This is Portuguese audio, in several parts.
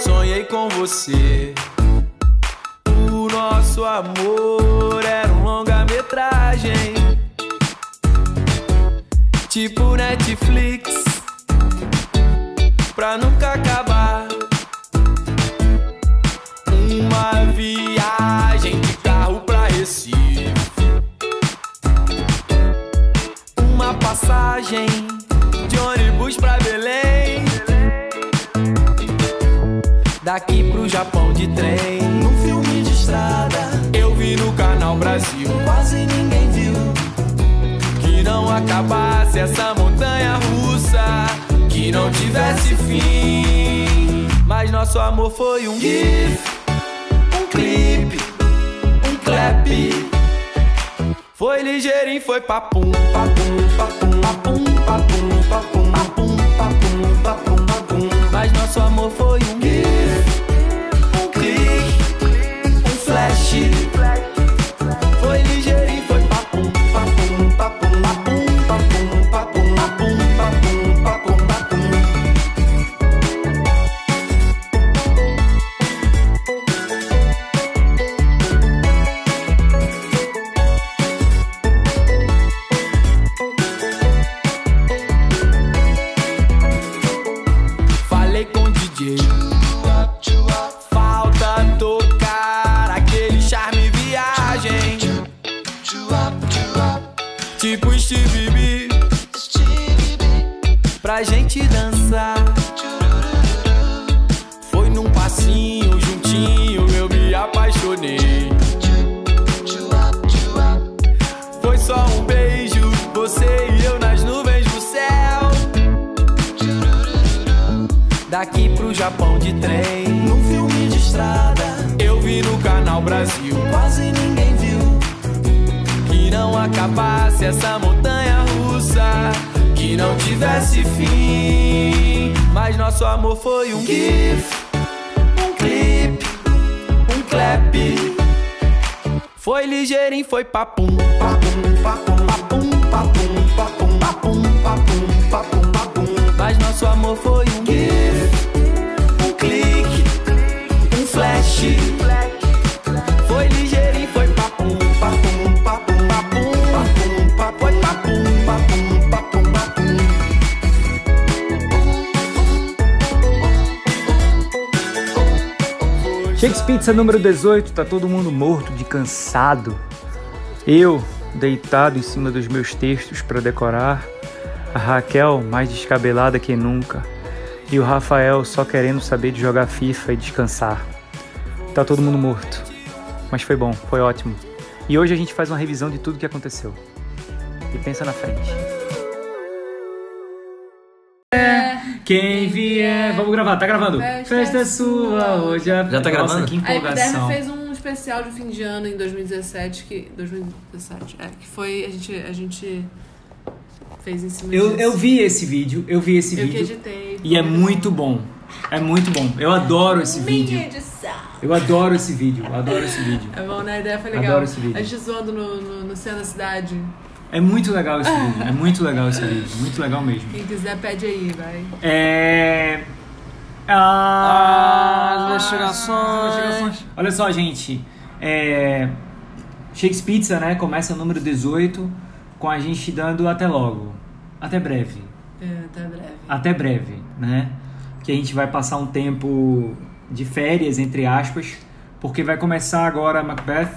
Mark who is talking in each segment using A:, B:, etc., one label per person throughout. A: sonhei com você. O nosso amor era um longa-metragem, tipo Netflix, pra nunca acabar. Uma viagem de carro pra Recife, uma passagem de ônibus pra Belém. Daqui pro Japão de trem.
B: Num filme de estrada,
A: Eu vi no canal Brasil
B: quase ninguém viu.
A: que não acabasse essa montanha russa, que não tivesse fim. Mas nosso amor foi um gif, um clipe, um clap. Foi ligeirinho, foi papum, papum, papum, papum, papum, papum, papum, papum, papum, papum. Mas nosso amor foi um gif, um clique, um flash. Foi ligeirinho, foi papum, papum, papum, papum, papum, papum, papum, papum, papum, papum. Falei com o DJ. Falta tocar aquele charme viagem. Tipo Steve B. Pra gente dançar. Foi num passinho juntinho, eu me apaixonei. Foi só um beijo, você e eu nas nuvens do céu. Daqui pro Japão de trem.
B: Num filme de estrada,
A: Eu vi no canal Brasil
B: quase ninguém viu.
A: que não acabasse essa montanha russa, que não tivesse fim. Mas nosso amor foi um gif, um clipe, um clap. Foi ligeirinho, foi papum, papum, papum, papum, papum, papum, papum, papum, papum, papum. Mas nosso amor foi um gif, um clique, um flash. Foi ligeirinho, foi papum, papum, papum, papum, papum, papum, foi papum, papum, papum, papum.
C: Shakes Pizza número 18, tá todo mundo morto de cansado. Eu, deitado em cima dos meus textos para decorar, a Raquel mais descabelada que nunca, e o Rafael só querendo saber de jogar FIFA e descansar. Tá todo mundo morto. Mas foi bom, foi ótimo. E hoje a gente faz uma revisão de tudo que aconteceu. E pensa na frente. Quem vier. Vamos gravar, tá gravando?
D: Festa Festa sua, hoje
C: é a...
E: Já tá gravando?
C: que
D: A Epiderme
C: empolgação.
D: fez um especial de fim de ano em 2017, que. 2017, é, que foi. A gente, a gente fez em cima
F: Eu,
D: disso.
F: eu vi esse vídeo, eu vi esse
D: um Eu que
F: vídeo.
D: editei.
F: E é muito bom. É muito bom. Eu adoro esse vídeo. Eu adoro esse vídeo. eu Adoro esse vídeo.
D: É bom, né? A ideia foi legal.
F: Adoro esse vídeo.
D: A gente zoando no, no, no Céu da Cidade.
F: É muito legal esse vídeo. É muito legal esse vídeo. Muito legal mesmo.
D: Quem quiser, pede aí, vai.
F: É. Ah,
E: As investigações.
F: Olha só, gente. É... Shakes Pizza, né? Começa o número 18 com a gente dando até logo. Até breve.
D: É, até breve.
F: até breve, né? Que a gente vai passar um tempo de férias, entre aspas, porque vai começar agora Macbeth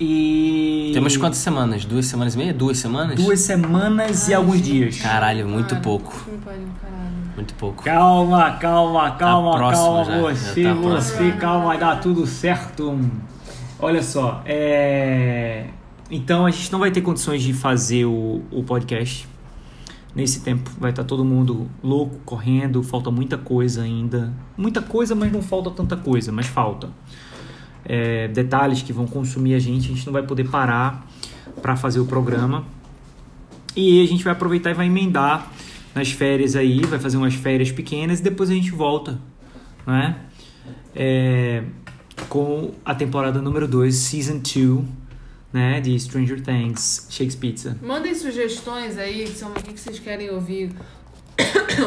F: e.
E: Temos quantas semanas? Duas semanas e meia? Duas semanas?
F: Duas semanas e alguns dias.
E: Caralho, muito pouco.
D: Não pode encarar.
E: Muito pouco.
F: Calma, calma, calma,
E: Tá próximo
F: calma,
E: já, já
F: você,
E: tá
F: você, calma, vai dar tudo certo. Olha só, é... então a gente não vai ter condições de fazer o, o podcast nesse tempo. Vai estar todo mundo louco, correndo, falta muita coisa ainda. Muita coisa, mas não falta tanta coisa, mas falta. É, detalhes que vão consumir a gente, a gente não vai poder parar para fazer o programa. E a gente vai aproveitar e vai emendar nas férias aí, vai fazer umas férias pequenas e depois a gente volta, né? É, com a temporada número 2, Season 2, né? De Stranger Things, Shakes Pizza.
D: Mandem sugestões aí, que são, o que que vocês querem ouvir.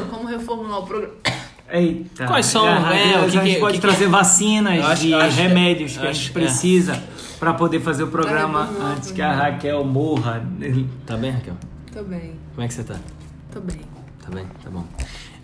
D: Como reformular o programa.
F: Eita.
E: Quais são,
F: A,
E: é,
F: a
E: o que
F: gente
E: que-
F: pode
E: que que-
F: trazer vacinas
E: Eu acho-
F: e
E: eu acho-
F: remédios que é.
E: eu
F: a gente
E: acho-
F: precisa pra poder fazer o programa
D: Tá, eu vou lá,
F: antes
D: tá.
F: que a Raquel morra.
E: Tá bem, Raquel?
D: Tô bem,
E: Como é que você tá?
D: tô bem.
E: Tá bem, tá bom.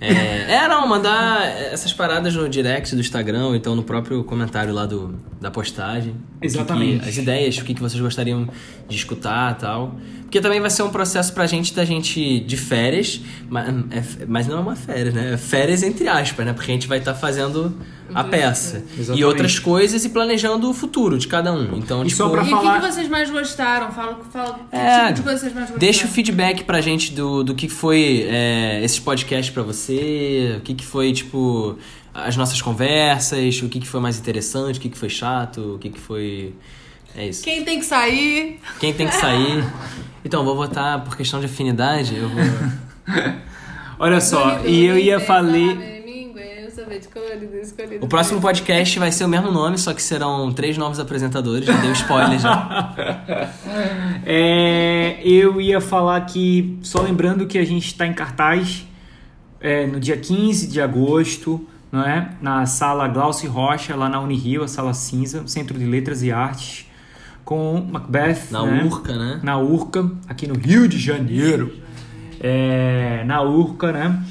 E: É, é, não, mandar essas paradas no direct do Instagram, ou então no próprio comentário lá do, da postagem. O que
F: Exatamente.
E: que- as ideias, o que, que vocês gostariam de escutar tal. Porque também vai ser um processo pra gente da gente de férias, mas, é f- mas não é uma férias, né? É férias entre aspas, né? Porque a gente vai estar fazendo a peça.
F: Exatamente.
E: E outras coisas e planejando o futuro de cada um. Então,
F: E
E: tipo,
F: só pra
D: e
F: falar-
D: o que, que vocês mais gostaram? Fala, fala que
E: É,
D: tipo de coisa vocês mais gostaram.
E: Deixa o feedback pra gente do, do que que foi é, esses podcasts pra você, o que, que foi, tipo, as nossas conversas, o que, que foi mais interessante, o que, que foi chato, o que, que foi. É isso.
D: Quem tem que sair?
E: Quem tem que sair. Então, vou votar por questão de afinidade. Eu vou.
F: Olha só, e eu ia falar.
D: né?
E: O próximo podcast vai ser o mesmo nome, só que serão três novos apresentadores. Já dei um spoiler já.
F: É, eu ia falar que, só lembrando que a gente está em cartaz é, no dia 15 de agosto, não é? na sala Glaucio Rocha, lá na Unirio, a sala cinza, Centro de Letras e Artes, com Macbeth.
E: Na
F: né?
E: Urca, né?
F: na Urca, aqui no Rio de Janeiro. É, na Urca, né?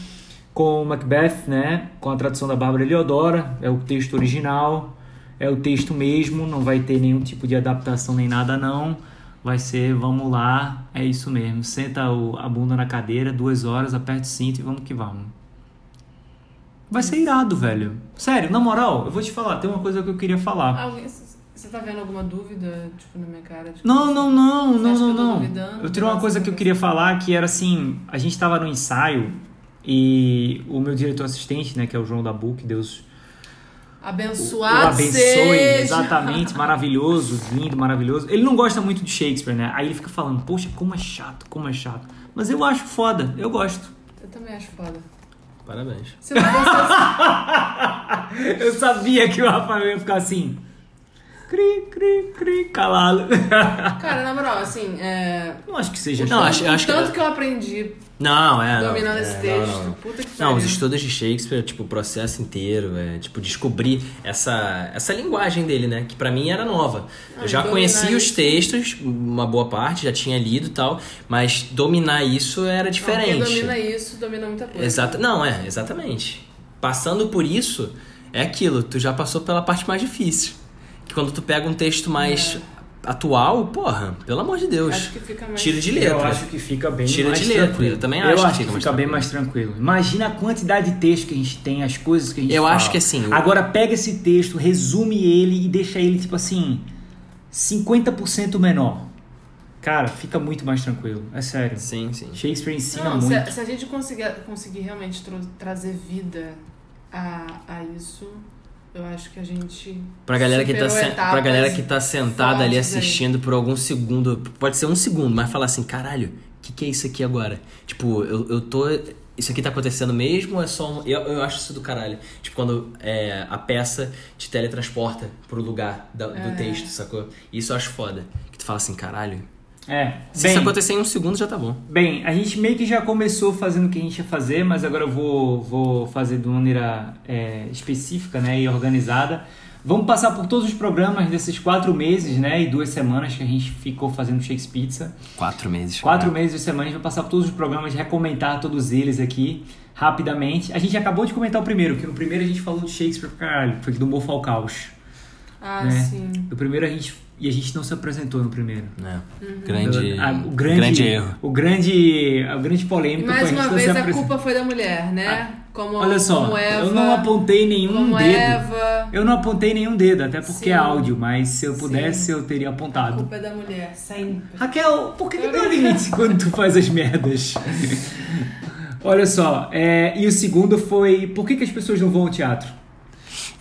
F: Com o Macbeth, né? Com a tradução da Bárbara Eliodora, é o texto original, é o texto mesmo, não vai ter nenhum tipo de adaptação nem nada não. Vai ser, vamos lá, é isso mesmo. Senta o- a bunda na cadeira, duas horas, aperta o cinto e vamos que vamos. Vai ser irado, velho. Sério, na moral, eu vou te falar, tem uma coisa que eu queria falar.
D: Você tá vendo alguma dúvida, tipo, na minha cara? Tipo,
F: Não, não, não,
D: Você
F: não,
D: acha que
F: não,
D: eu tô
F: não.
D: duvidando?
F: Eu tirei uma
D: Nossa,
F: coisa que eu
D: mas-
F: queria falar que era assim, a gente tava no ensaio e o meu diretor assistente, né, que é o João Dabu, que Deus o
D: Abençoado
F: abençoe,
D: seja.
F: exatamente, maravilhoso, lindo, maravilhoso. Ele não gosta muito de Shakespeare, né? Aí ele fica falando, poxa, como é chato, como é chato. Mas eu acho foda, eu gosto.
D: Eu também acho foda.
E: Parabéns.
D: Se eu fosse-
F: Eu sabia que o Rafael ia ficar assim, cri, cri, cri, calado.
D: cara, na moral, assim, é...
F: Não acho que seja
E: Não,
F: chato.
E: acho- acho que-
D: tanto que eu aprendi
E: Não, é. não,
D: dominando
E: é,
D: esse
E: não,
D: texto,
E: não, não.
D: puta que
E: Não,
D: pariu.
E: os estudos de Shakespeare, tipo, o processo inteiro, é, tipo, descobrir essa, essa linguagem dele, né? Que pra mim era nova.
D: Ah,
E: Eu já
D: dominar
E: conhecia os
D: isso.
E: textos, uma boa parte, já tinha lido e tal, mas dominar isso era
D: Não,
E: diferente.
D: Ah, quem domina isso, né? domina muita coisa.
E: Exata, não, é, exatamente. Passando por isso, é aquilo, tu já passou pela parte mais difícil. Que quando tu pega um texto mais atual, porra, pelo amor de Deus.
D: É. Acho que fica mais...
E: Tiro de letra.
F: Eu acho que fica bem
E: Tira
F: mais
E: de letra,
F: tranquilo.
E: eu também acho que
F: que
E: fica
F: fica
E: mais
F: bem
E: tranquilo.
F: mais tranquilo. Imagina a quantidade de texto que a gente tem, as coisas que a gente
E: Eu
F: fala.
E: acho que assim, o-
F: Agora pega esse texto, resume ele e deixa ele tipo assim 50% menor. Cara, fica muito mais tranquilo, é sério.
E: Sim, sim.
F: Shakespeare ensina
D: Não, se,
F: muito.
D: a- se a gente conseguir, conseguir realmente tro- trazer vida a, a isso, eu acho que a gente.
E: Pra galera, que tá,
D: superou
E: sen- pra
D: etapas.
E: galera que tá sentada ali
D: fortes aí.
E: assistindo por algum segundo, pode ser um segundo, mas falar assim, caralho, o que, que é isso aqui agora? Tipo, eu, eu tô. Isso aqui tá acontecendo mesmo ou é só um. Eu, eu acho isso do caralho. Tipo, quando é, a peça te teletransporta pro lugar da-
D: É.
E: do texto, sacou? Isso eu acho foda. Que tu fala assim, caralho.
F: É.
E: Se
F: Bem,
E: isso acontecer em um segundo já tá bom.
F: Bem, a gente meio que já começou fazendo o que a gente ia fazer, mas agora eu vou, vou fazer de uma maneira é, específica né, e organizada. Vamos passar por todos os programas desses quatro meses né, e duas semanas que a gente ficou fazendo Shakespeare Pizza.
E: Quatro meses.
F: Quatro meses e semanas, a gente vai passar por todos os programas, recomentar todos eles aqui rapidamente. A gente acabou de comentar o primeiro, que no primeiro a gente falou de Shakespeare, pra caralho, foi do Mo Falcaus.
D: Ah,
F: né?
D: sim.
F: No primeiro a gente. E a gente não se apresentou no primeiro.
E: Né?
D: Uhum.
E: Grande,
F: A- o grande,
E: Ah, grande erro.
F: O grande, a grande
D: E
F: polêmica
D: mais
F: foi a gente
D: uma
F: não
D: vez
F: se
D: a
F: apresen-
D: culpa foi da mulher, né? Como,
F: tá Ah. Olha só,
D: como Eva.
F: eu não apontei nenhum
D: como
F: dedo.
D: Eva.
F: Eu não apontei nenhum dedo, até porque
D: Sim.
F: é áudio, mas se eu pudesse eu teria
D: A
F: apontado.
D: culpa é da mulher,
E: Ah.
D: sempre.
F: Raquel, por que, que tu é limite quando tu faz as merdas? Olha só, é, e o segundo foi por que, que as pessoas não vão ao teatro?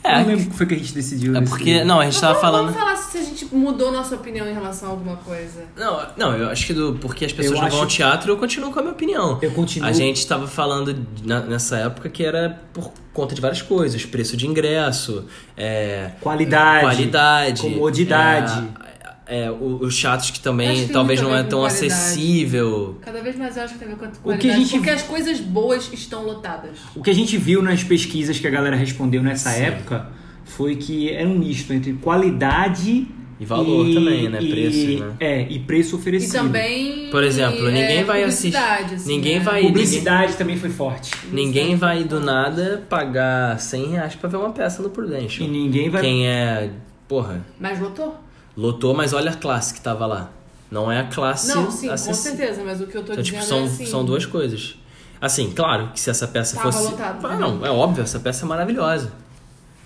E: É,
F: eu não lembro o que foi que a gente decidiu.
E: É
F: nesse-
E: porque. Não, a gente tava falando.
D: Vamos falar se a gente mudou nossa opinião em relação a alguma coisa.
E: Não, não, eu acho que do porque as pessoas
F: Eu
E: não vão
F: acho-
E: ao teatro, eu continuo com a minha opinião.
F: Eu continuo-
E: A gente tava falando na- nessa época que era por conta de várias coisas, preço de ingresso, é,
F: Qualidade,
E: qualidade,
F: comodidade.
E: é, é, o- os chatos que
D: Acho que
E: também
D: tem
E: talvez
D: muito
E: não
D: a ver
E: é
D: com
E: tão
D: qualidade.
E: acessível.
D: Cada vez mais eu acho que tem a ver com a
F: a
D: qualidade,
F: gente-
D: porque as coisas boas estão lotadas.
F: O que a gente viu nas pesquisas que a galera respondeu nessa época foi que era um misto entre qualidade
E: E valor também, né?
F: e-
E: Preço, né?
F: É, e preço
D: E
F: oferecido.
D: também.
E: Por exemplo,
D: é,
E: ninguém vai assistir.
D: publicidade, assim,
E: Ninguém
D: né?
E: vai. Ninguém,
F: Publicidade também foi forte.
E: ninguém vai do nada pagar 100 reais pra ver uma peça no Prudential.
F: E ninguém vai.
E: Quem é. Porra,
D: Mas lotou?
E: lotou, mas olha a classe que tava lá. Não é a classe.
D: Não, sim, com
E: acess-
D: certeza, mas o que eu tô
E: Então,
D: dizendo
E: tipo, são,
D: é assim.
E: são duas coisas. Assim, claro que se essa peça
D: Tava
E: fosse.
D: lotado,
E: ah,
D: né?
E: não, é óbvio, essa peça é maravilhosa.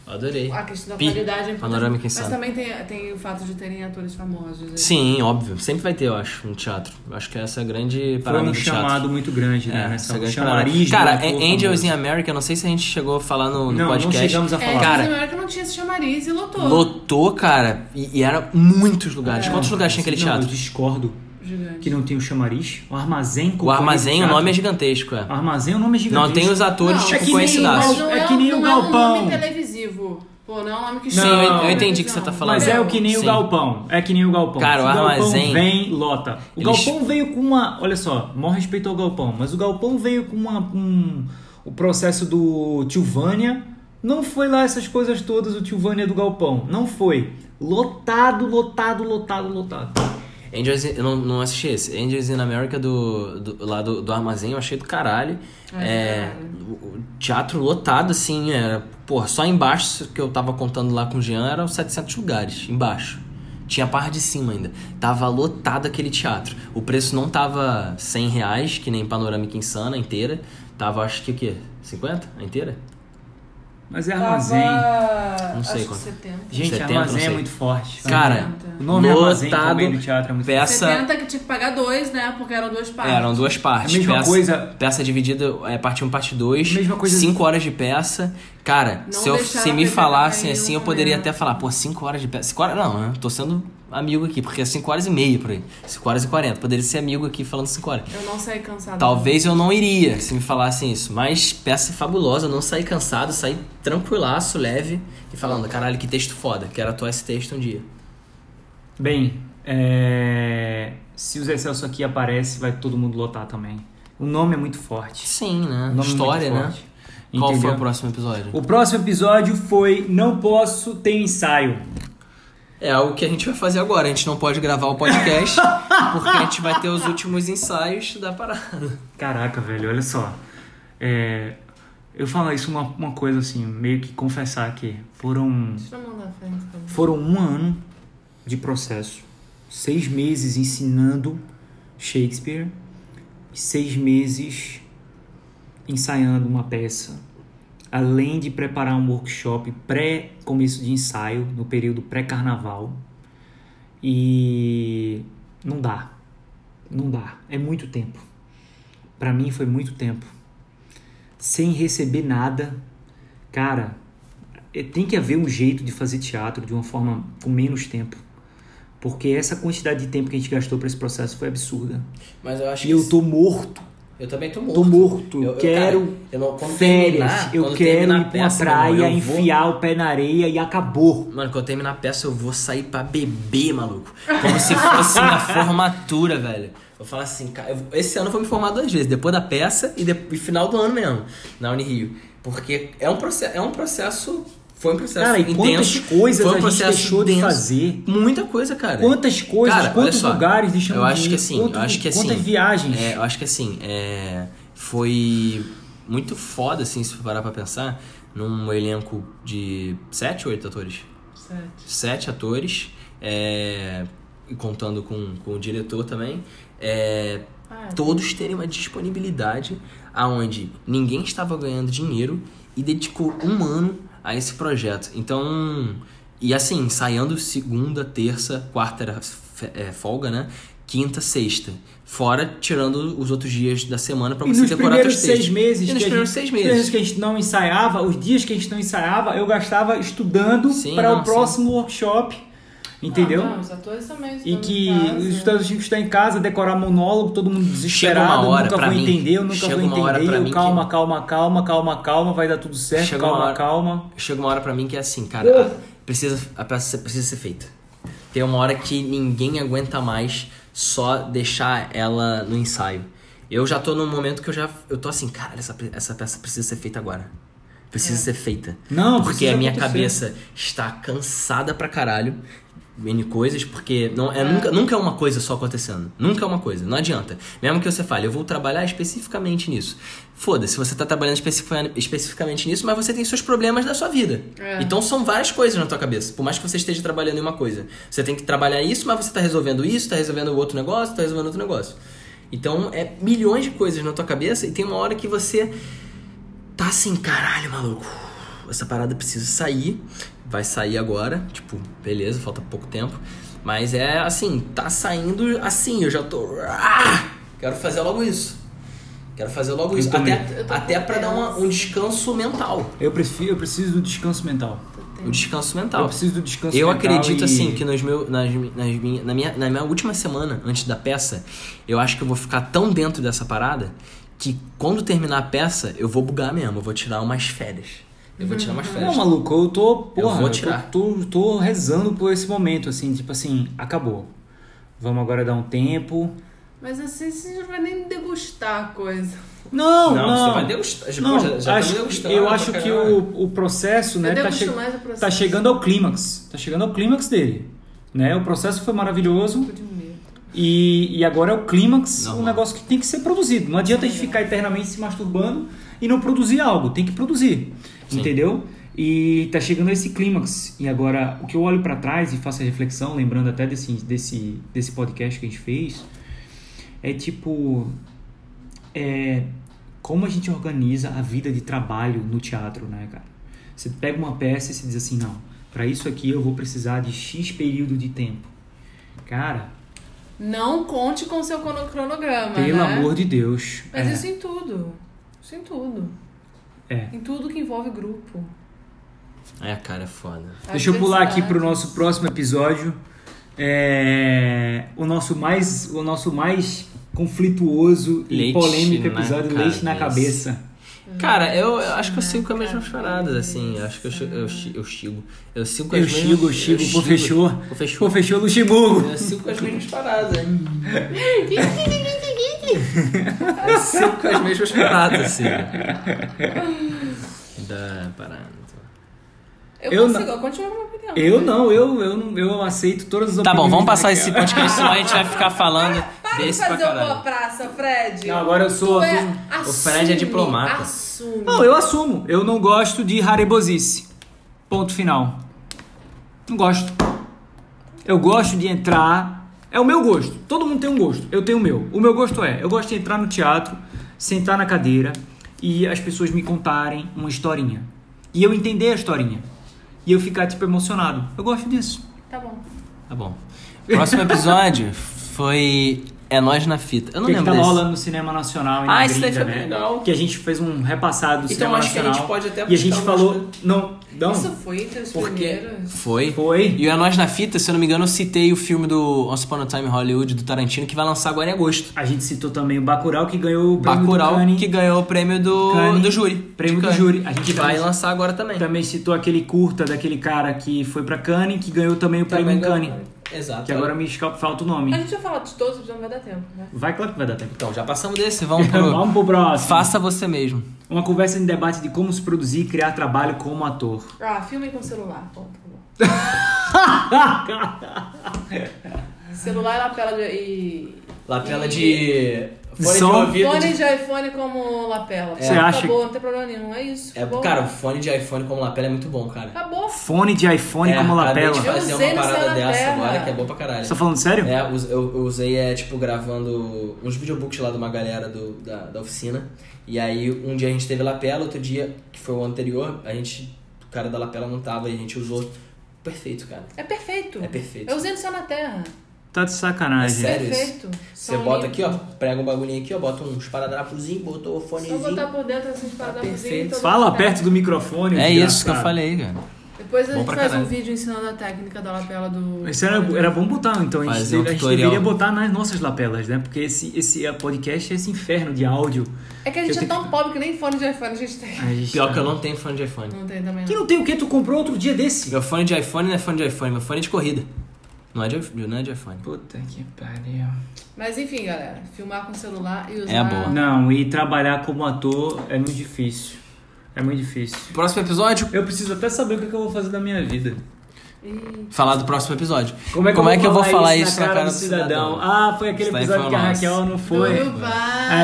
E: Adorei.
D: A questão da
E: Pi-
D: qualidade é importante.
E: Panorâmica
D: Mas
E: insana.
D: também tem, tem o fato de terem atores famosos. né?
E: Sim, óbvio. Sempre vai ter, eu acho, um teatro. Eu acho que essa é a grande
F: Foi
E: parada
F: um
E: do teatro.
F: chamado muito grande, né?
E: É,
F: nessa
E: essa grande
F: chamariz de um
E: parada. Cara, é,
F: ator
E: Angels
F: famoso.
E: in America, não sei se a gente chegou a falar no, no
F: Não, não
E: podcast.
F: chegamos a
D: É,
F: falar.
E: Cara,
D: cara, na que não tinha esse chamariz e lotou.
E: Lotou, cara, e, e era muitos lugares.
D: É.
E: Quantos lugares tinha aquele
F: Não,
E: teatro?
F: Eu discordo
D: Gigante.
F: que não tem o chamariz. O armazém com
E: O armazém, o
F: teatro.
E: nome é gigantesco, é.
F: Armazém, o nome é gigantesco.
E: Não tem os atores,
D: Não,
F: é
E: tipo,
F: que nem
E: conhecidaços.
D: Mas não
F: É
D: é,
F: que nem
D: não
F: o
D: é
F: Galpão.
D: um nome televisivo. Pô, não é um nome que
F: Sim, eu-
D: chama
F: eu
E: entendi
D: televisão.
E: que você tá falando.
F: Mas é o que nem o
E: Sim.
F: galpão. É que nem o galpão.
E: Cara, o
F: galpão
E: armazém-
F: vem, lota. O
E: Eles-
F: galpão veio com uma. Olha só, maior respeito ao galpão, mas o galpão veio com uma. com o processo do tio Vânia. Não foi lá essas coisas todas, o tio Vânia do galpão. Não foi. Lotado, lotado, lotado, lotado.
E: Angels, in- eu não, não assisti esse. Angels in America do, do- lá do, do armazém, eu achei do caralho. É, o- o teatro lotado, assim, era, porra, só embaixo que eu tava contando lá com o Jean eram 700 lugares, embaixo. Tinha a parte de cima ainda. Tava lotado aquele teatro. O preço não tava 100 reais, que nem Panorâmica Insana inteira. Tava, acho que o quê? 50? A inteira?
F: Mas é
D: Tava-
F: armazém.
E: Não sei
D: acho que
E: quanto.
D: 70.
F: Gente,
E: 70, não
F: armazém é
E: sei.
F: muito forte.
E: Cara,
F: o nome é armazém
E: lotado,
F: também do teatro é muito
E: peça...
D: 70 que tinha que pagar dois, né? Porque eram duas partes.
E: É, Eram duas partes.
F: A mesma
E: peça,
F: coisa-
E: Peça dividida, é, parte 1, parte 2.
F: Mesma coisa-
E: 5 horas de peça. Cara,
D: Não
E: se, eu,
D: deixaram
E: se
D: a
E: me
D: peteca
E: falassem
D: cair
E: assim,
D: no
E: eu poderia
D: momento.
E: até falar, pô, 5 horas de peça. 5 horas, não, né? Tô sendo amigo aqui, porque é 5 horas e meia por aí. 5 horas e 40. Poderia ser amigo aqui falando 5 horas.
D: Eu não saí cansada.
E: Talvez eu não iria se me falassem isso, mas peça fabulosa, eu não saí cansado, saí tranquilaço, leve e falando, caralho, que texto foda, quero atuar esse texto um dia.
F: Bem, é, se o Zé Celso aqui aparece, vai todo mundo lotar também. O nome é muito forte.
E: Sim,
F: O
E: né?
F: nome é
E: História,
F: muito
E: né?
F: forte.
E: Qual foi
F: Entendeu?
E: o próximo episódio?
F: O próximo episódio foi Não Posso Ter Ensaio.
E: É algo que a gente vai fazer agora. A gente não pode gravar o podcast porque a gente vai ter os últimos ensaios da parada.
F: Caraca, velho, olha só. É, eu falo isso uma, uma coisa assim, meio que confessar aqui. Foram,
D: Deixa eu mandar a frente também.
F: foram um ano de processo. Seis meses ensinando Shakespeare e seis meses ensaiando uma peça. Além de preparar um workshop pré-começo de ensaio, no período pré-carnaval. E não dá. Não dá. É muito tempo. Pra mim foi muito tempo. Sem receber nada. Cara, eh, tem que haver um jeito de fazer teatro de uma forma com menos tempo. Porque essa quantidade de tempo que a gente gastou pra esse processo foi absurda.
E: Mas eu acho
F: E eu tô morto.
E: eu também tô
F: Tô morto. quero
E: eu não, quando
F: férias.
E: terminar-
F: eu
E: quando
F: quero
E: terminar a
F: ir pra uma
E: peça, meu irmão,
F: praia,
E: eu vou-
F: enfiar o pé na areia e acabou.
E: Mano, quando eu terminar a peça, eu vou sair pra beber, maluco. Como se fosse minha formatura, velho. Eu falo assim, cara, eu- esse ano eu vou me formar duas vezes, depois da peça e, de, e final do ano mesmo, na Unirio. Porque é um processo, é um processo, foi um processo
F: Cara, e quantas
E: intenso.
F: coisas
E: foi um
F: a gente
E: processo
F: deixou de
E: denso.
F: fazer.
E: Muita coisa, cara.
F: Quantas coisas,
E: Cara, olha
F: quantos
E: só,
F: lugares deixamos
E: eu acho
F: de ir,
E: que assim,
F: quantos-
E: eu acho que assim,
F: quantas viagens.
E: É, eu acho que assim, é, foi muito foda, assim, se for parar pra pensar, num elenco de sete ou oito atores?
D: Sete.
E: Sete atores, é, e contando com, com o diretor também, é,
D: Ah,
E: todos terem uma disponibilidade aonde ninguém estava ganhando dinheiro e dedicou um ano a esse projeto. Então, e assim, ensaiando segunda, terça, quarta era fe- é, folga, né? Quinta, sexta. Fora tirando os outros dias da semana pra
F: E
E: você
F: nos
E: decorar teus
F: primeiros
E: textos.
F: seis meses, que
E: E nos
F: a
E: primeiros
F: gente-
E: seis
F: os primeiros
E: meses.
F: que a gente não ensaiava, os dias que a gente não ensaiava, eu gastava estudando
E: Sim,
F: para o
E: não,
F: próximo workshop, entendeu?
D: Não, os atores também
F: E
D: estão
F: que tá
D: em casa.
F: os estudantes tinham que estar em casa, decorar monólogo, todo mundo
E: Chega
F: desesperado,
E: uma hora
F: nunca
E: pra
F: vou
E: mim.
F: entender, eu nunca
E: Chega
F: vou
E: uma hora
F: entender,
E: pra
F: eu,
E: mim que-
F: calma, calma, calma, calma, calma, vai dar tudo certo,
E: Chega uma
F: calma,
E: hora-
F: calma.
E: Chega uma hora pra mim que é assim, cara, a- precisa, a peça precisa ser feita. Tem uma hora que ninguém aguenta mais só deixar ela no ensaio. Eu já tô num momento que eu já. Eu tô assim, cara, essa, pe- essa peça precisa ser feita agora. Precisa ser feita.
F: É. Não,
E: Porque a
F: precisa
E: minha
F: acontecer.
E: cabeça está cansada pra caralho. N coisas, porque não, é, Nunca, nunca é uma coisa só acontecendo. Nunca é uma coisa, não adianta. Mesmo que você fale, eu vou trabalhar especificamente nisso. Foda-se, você tá trabalhando especifica- especificamente nisso, mas você tem seus problemas da sua vida.
D: É.
E: Então são várias coisas na tua cabeça. Por mais que você esteja trabalhando em uma coisa. Você tem que trabalhar isso, mas você tá resolvendo isso, tá resolvendo outro negócio, tá resolvendo outro negócio. Então é milhões de coisas na tua cabeça e tem uma hora que você tá assim, caralho, maluco. Essa parada precisa sair. Vai sair agora. Tipo, beleza, falta pouco tempo. Mas é assim, tá saindo assim, eu já tô. Ah! Quero fazer logo isso. Quero fazer logo isso.
F: também.
E: Até,
D: Eu tô
E: até
D: com
E: pra dar uma-
D: pressa.
E: um descanso mental.
F: Eu, prefiro, eu preciso do descanso mental.
E: Um descanso
F: Eu
E: mental.
F: preciso do descanso
E: Eu
F: mental.
E: acredito
F: e-
E: assim que nos meu, nas, mi- nas minha, na, minha, na minha última semana antes da peça, eu acho que eu vou ficar tão dentro dessa parada que quando terminar a peça, eu vou bugar mesmo, eu vou tirar umas férias. Eu vou tirar umas férias.
F: Uhum. Não, maluco, eu tô, porra,
E: vou
F: eu tô-
E: tirar.
F: tô, tô rezando por esse momento, assim, tipo assim, acabou. Vamos agora dar um tempo.
D: Mas assim você não vai nem degustar a coisa.
F: Não,
E: Não,
F: não.
E: você vai degustar. Já-
F: Não,
E: já- já tá
F: acho-
E: degustando
F: eu
E: pra
F: acho que
E: caralho.
F: o, o processo, né, tá,
D: degusto
F: che-
D: mais assim. o processo.
F: tá chegando ao clímax. Tá chegando ao clímax dele. Né? O processo foi maravilhoso.
D: Tô de medo.
F: E, e agora é o clímax,
E: Não,
F: um
E: não.
F: negócio que tem que ser produzido. Não adianta a gente ficar eternamente se masturbando e não produzir algo, tem que produzir. Entendeu? E tá chegando a esse clímax. E agora, o que eu olho pra trás e faço a reflexão, lembrando até desse, desse, desse podcast que a gente fez, é tipo. É, como a gente organiza a vida de trabalho no teatro, né, cara? Você pega uma peça e você diz assim: não, pra isso aqui eu vou precisar de X período de tempo. Cara,
D: Não conte com seu crono- cronograma.
F: pelo
D: né?
F: amor de Deus.
D: Mas
F: É.
D: isso em tudo. Isso em tudo.
F: É.
D: Em tudo que envolve grupo.
E: É, cara, é foda.
F: Deixa eu pular aqui
D: Adversidade.
F: pro nosso próximo episódio. É, O nosso mais, o nosso mais conflituoso e
E: Leite
F: polêmico
E: na
F: episódio Leite na
E: cabeça.
F: Cabeça.
E: Cara, eu, eu acho que eu sigo com as mesmas paradas, assim. Eu acho que eu, chi- eu, chi- eu sigo. Eu sigo com as
F: Eu
E: mesmas.
F: chigo, eu chigo, pô, fechou.
E: Pô,
F: Pô,
E: fechou.
F: fechou Luxemburgo.
E: Eu sigo com as mesmas paradas. hein? Eu sigo com as mesmas paradas, assim. Da parada.
D: Eu,
F: Eu
D: consigo, eu continuo com a minha opinião.
F: Eu não, eu, eu, não- eu aceito todas as
E: Tá bom,
F: opiniões
E: vamos passar
F: da-
E: esse podcast, senão a gente vai ficar falando
D: Para de
E: desse pra
D: fazer uma boa
E: caralho.
D: praça, Fred.
F: Não, agora eu sou
D: Tu é-
F: adulto.
E: O Fred é
D: assume,
E: diplomata.
D: Assume.
F: Não, eu assumo. Eu não gosto de harebozice. Ponto final. Não gosto. Eu gosto de entrar. É o meu gosto. Todo mundo tem um gosto. Eu tenho o meu. O meu gosto é: eu gosto de entrar no teatro, sentar na cadeira e as pessoas me contarem uma historinha. E eu entender a historinha. E eu ficar, tipo, emocionado. Eu gosto disso.
D: Tá bom.
E: Tá bom. Próximo episódio foi É Nós na Fita. Eu
F: O
E: não
F: que, que
E: lembro
F: tava tá
E: desse.
F: rolando no cinema nacional e na
E: Ah, isso daí
F: gringa,
E: foi
F: né?
E: legal.
F: Que a gente fez um repassado do
E: Então,
F: cinema
E: acho que a
F: nacional.
E: gente pode até
F: E a gente
E: buscar umas
F: falou.
E: coisas.
F: Não, não.
D: Isso foi entre os
E: Porque
D: primeiros.
E: foi.
F: Foi.
E: E o É Nós na Fita, se eu não me engano, eu citei o filme do Once Upon a Time in Hollywood, do Tarantino, que vai lançar agora em agosto.
F: A gente citou também o Bacurau, que ganhou o prêmio
E: Bacurau,
F: do Cannes.
E: que ganhou o prêmio do,
F: Cannes.
E: do júri.
F: Prêmio
E: De
F: do
E: Cannes.
F: júri. A gente
E: que vai
F: também-
E: lançar agora também.
F: Também citou aquele curta daquele cara que foi pra Cannes, que ganhou também o prêmio em Cannes.
E: Exato.
F: Que agora é me escapa- falta o
D: A
F: nome.
D: gente vai falar de todos, porque não vai dar tempo, né?
F: Vai, claro que vai dar tempo.
E: Então, já passamos desse, vamos pro...
F: Vamos pro próximo.
E: Faça você mesmo.
F: Uma conversa em debate de como se produzir e criar trabalho como ator.
D: Ah, filme com celular. Bom, tá bom. celular e lapela de... E...
E: Lapela
D: e-
E: de... Fone
F: Som?
E: de ouvido.
D: Fone
E: de-
D: de iPhone como lapela.
F: Você acha
D: Acabou, não tem problema nenhum. É isso.
E: É,
D: acabou.
E: cara, o fone de iPhone como lapela é muito bom, cara.
D: Acabou.
F: Fone de iPhone
E: é,
F: como lapela.
E: Acabei de fazer
D: Eu usei
E: uma
D: no
E: parada
D: Celular
E: dessa
D: Terra.
E: agora que é boa pra caralho.
F: Você tá falando sério?
E: É, us- eu, eu usei, é, tipo, gravando uns videobooks lá de uma galera do, da, da oficina. E aí, um dia a gente teve lapela, outro dia, que foi o anterior, a gente, o cara da lapela não tava e a gente usou. Perfeito, cara.
D: É perfeito.
E: É perfeito.
D: Eu usei no céu na terra.
F: Tá de sacanagem.
E: É sério? isso?
D: perfeito.
E: Você bota aqui, ó, prega um bagulhinho aqui, ó, bota uns paradrapozinhos, botou o
D: Só
E: fonezinho.
D: botar por dentro assim de parar
E: Tá perfeito.
F: Fala perto do microfone.
E: É
F: desgraçado.
E: isso que eu falei, cara.
D: tá. Depois a
E: Bom
D: gente
E: pra
D: faz
E: caralho.
D: um vídeo ensinando a técnica da lapela do.
F: Isso era, era bom botar, então. A gente,
E: Fazer um
F: a gente
E: tutorial.
F: deveria botar nas nossas lapelas, né? Porque esse, esse podcast é esse inferno de áudio.
D: É que a
F: Eu
D: gente é
F: tenho
D: tão pobre que nem fone de iPhone a gente tem.
F: A gente
E: Pior
F: tá-
E: que eu não tenho fone de iPhone.
D: Não tem também.
F: Que
D: Não.
F: não tem o que? Tu comprou outro dia desse?
E: Meu fone de iPhone não é fone de iPhone, meu fone é de corrida. Não é de, iPhone- não é de iPhone.
F: Puta que pariu.
D: Mas enfim, galera, filmar com celular e usar.
E: É a boa.
F: Não, e trabalhar como ator é muito difícil. É muito difícil.
E: Próximo episódio?
F: Eu preciso até saber o que que eu vou fazer da minha vida.
D: Ih,
E: Falar do próximo episódio.
F: Como é que,
E: Como
F: eu, vou
E: falar isso na cara do cidadão?
F: Ah, foi aquele
E: Isso tá daí
F: episódio
E: foi
F: que a
E: massa.
F: Raquel não foi.
D: não vai.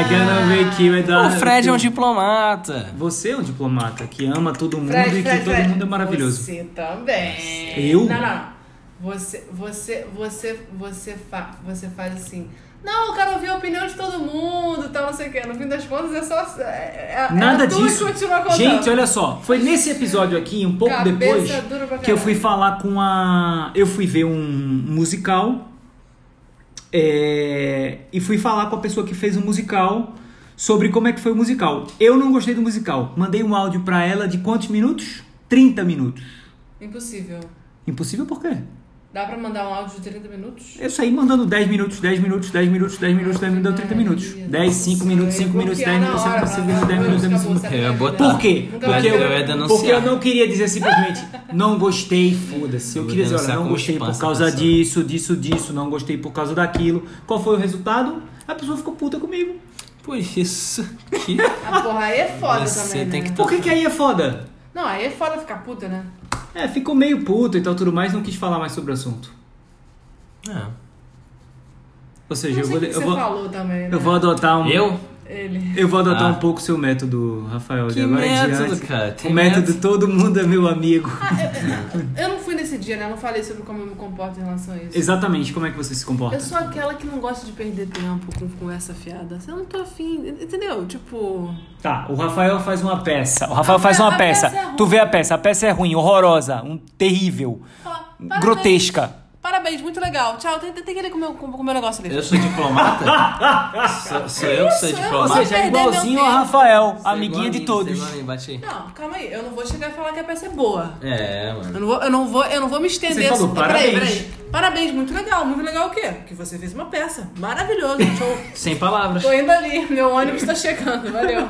F: Ah, que eu não veio aqui, o
E: O
F: Eduardo.
E: Fred é um diplomata.
F: Você é um diplomata que ama todo mundo
D: Fred,
F: e que
D: Fred,
F: todo
D: Fred,
F: mundo é maravilhoso.
D: Você também.
F: Eu?
D: Não, não, não. Você, você, você, você, fa você faz assim. Não, eu quero ouvir a opinião de todo mundo, tal, não sei o quê. No fim das contas é só. É, é,
F: Nada
D: é tu que
F: disso.
D: continua contando.
F: Gente, olha só, foi nesse episódio aqui, um pouco
D: Cabeça
F: depois,
D: dura pra
F: que eu
D: caralho.
F: fui falar com a. Eu fui ver um musical. é, E fui falar com a pessoa que fez o musical sobre como é que foi o musical. Eu não gostei do musical. Mandei um áudio pra ela de quantos minutos? 30 minutos.
D: Impossível.
F: Impossível por quê?
D: Dá pra mandar um áudio de 30 minutos?
F: Eu saí mandando 10 minutos, 10 minutos, 10 minutos, 10 minutos, 10 minutos, deu 30 minutos. 10, 5 minutos, 5 minutos, 10 minutos, 5 minutos, 5 minutos, 10 minutos, 10 minutos.
E: Eu ia botar.
F: Por quê?
D: Nunca mais
F: Porque
D: eu ia
F: eu,
E: denunciar.
F: porque eu não queria dizer simplesmente não gostei, foda-se. Eu
E: Eu
F: queria
E: vou
F: dizer, olha,
E: denunciar
F: não
E: como
F: gostei por
E: expansa
F: causa
E: pessoa.
F: disso, disso, disso, não gostei por causa daquilo. Qual foi o resultado? A pessoa ficou puta comigo.
E: Por isso que
D: Ah, porra, aí é foda
E: Você
D: também,
E: tem
D: né?
E: que
F: Por que, que aí é foda?
D: Não, aí é foda ficar puta, né?
F: É, ficou meio puto e tal, tudo mais, não quis falar mais sobre o assunto.
E: É.
F: Ou seja,
D: Não
F: eu
D: sei
F: vou,
D: o que
F: eu
D: você
F: vou,
D: falou também, né?
F: eu vou adotar um.
E: Eu?
D: Ele.
F: Eu vou adotar
E: Ah.
F: um pouco o seu método, Rafael. de
E: Que
F: agora em
E: método,
F: é diante.
E: cara? Tem
F: o método, todo mundo é meu amigo.
D: Eu não fui nesse dia, né? Eu não falei sobre como eu me comporto em relação a isso.
F: Exatamente, como é que você se comporta?
D: Eu sou aquela que não gosta de perder tempo com conversa fiada. Eu não tô afim, entendeu? Tipo.
F: Tá, o Rafael faz uma peça. O Rafael faz
D: pe-
F: uma
D: a
F: peça.
D: peça é ruim.
F: tu vê a peça, a peça é ruim, horrorosa, um, terrível,
D: falar, "Parabéns,
F: grotesca.
D: Parabéns, muito legal. Tchau, tem, tem que ler com o meu, com o meu negócio ali.
E: Eu sou diplomata? sou, sou eu que sou
D: Isso,
F: Ou
D: eu
E: diplomata?
D: vou
F: seja, é
D: perder meu
F: igualzinho ao
D: tempo.
F: Rafael,
E: Você é igual
F: amiguinho
E: a
F: de
E: mim,
F: todos.
E: você é igual a mim, bate aí.
D: Não, calma aí. Eu não vou chegar e falar que a peça é boa.
E: É, mano.
D: Eu não vou, eu não vou, eu não vou me estender.
F: Você falou,
D: assim- Peraí,
F: parabéns.
D: peraí. Parabéns, muito legal. Muito legal o quê? Que você fez uma peça. Maravilhoso, show.
E: Sem palavras.
D: Tô indo ali, meu ônibus tá chegando, valeu.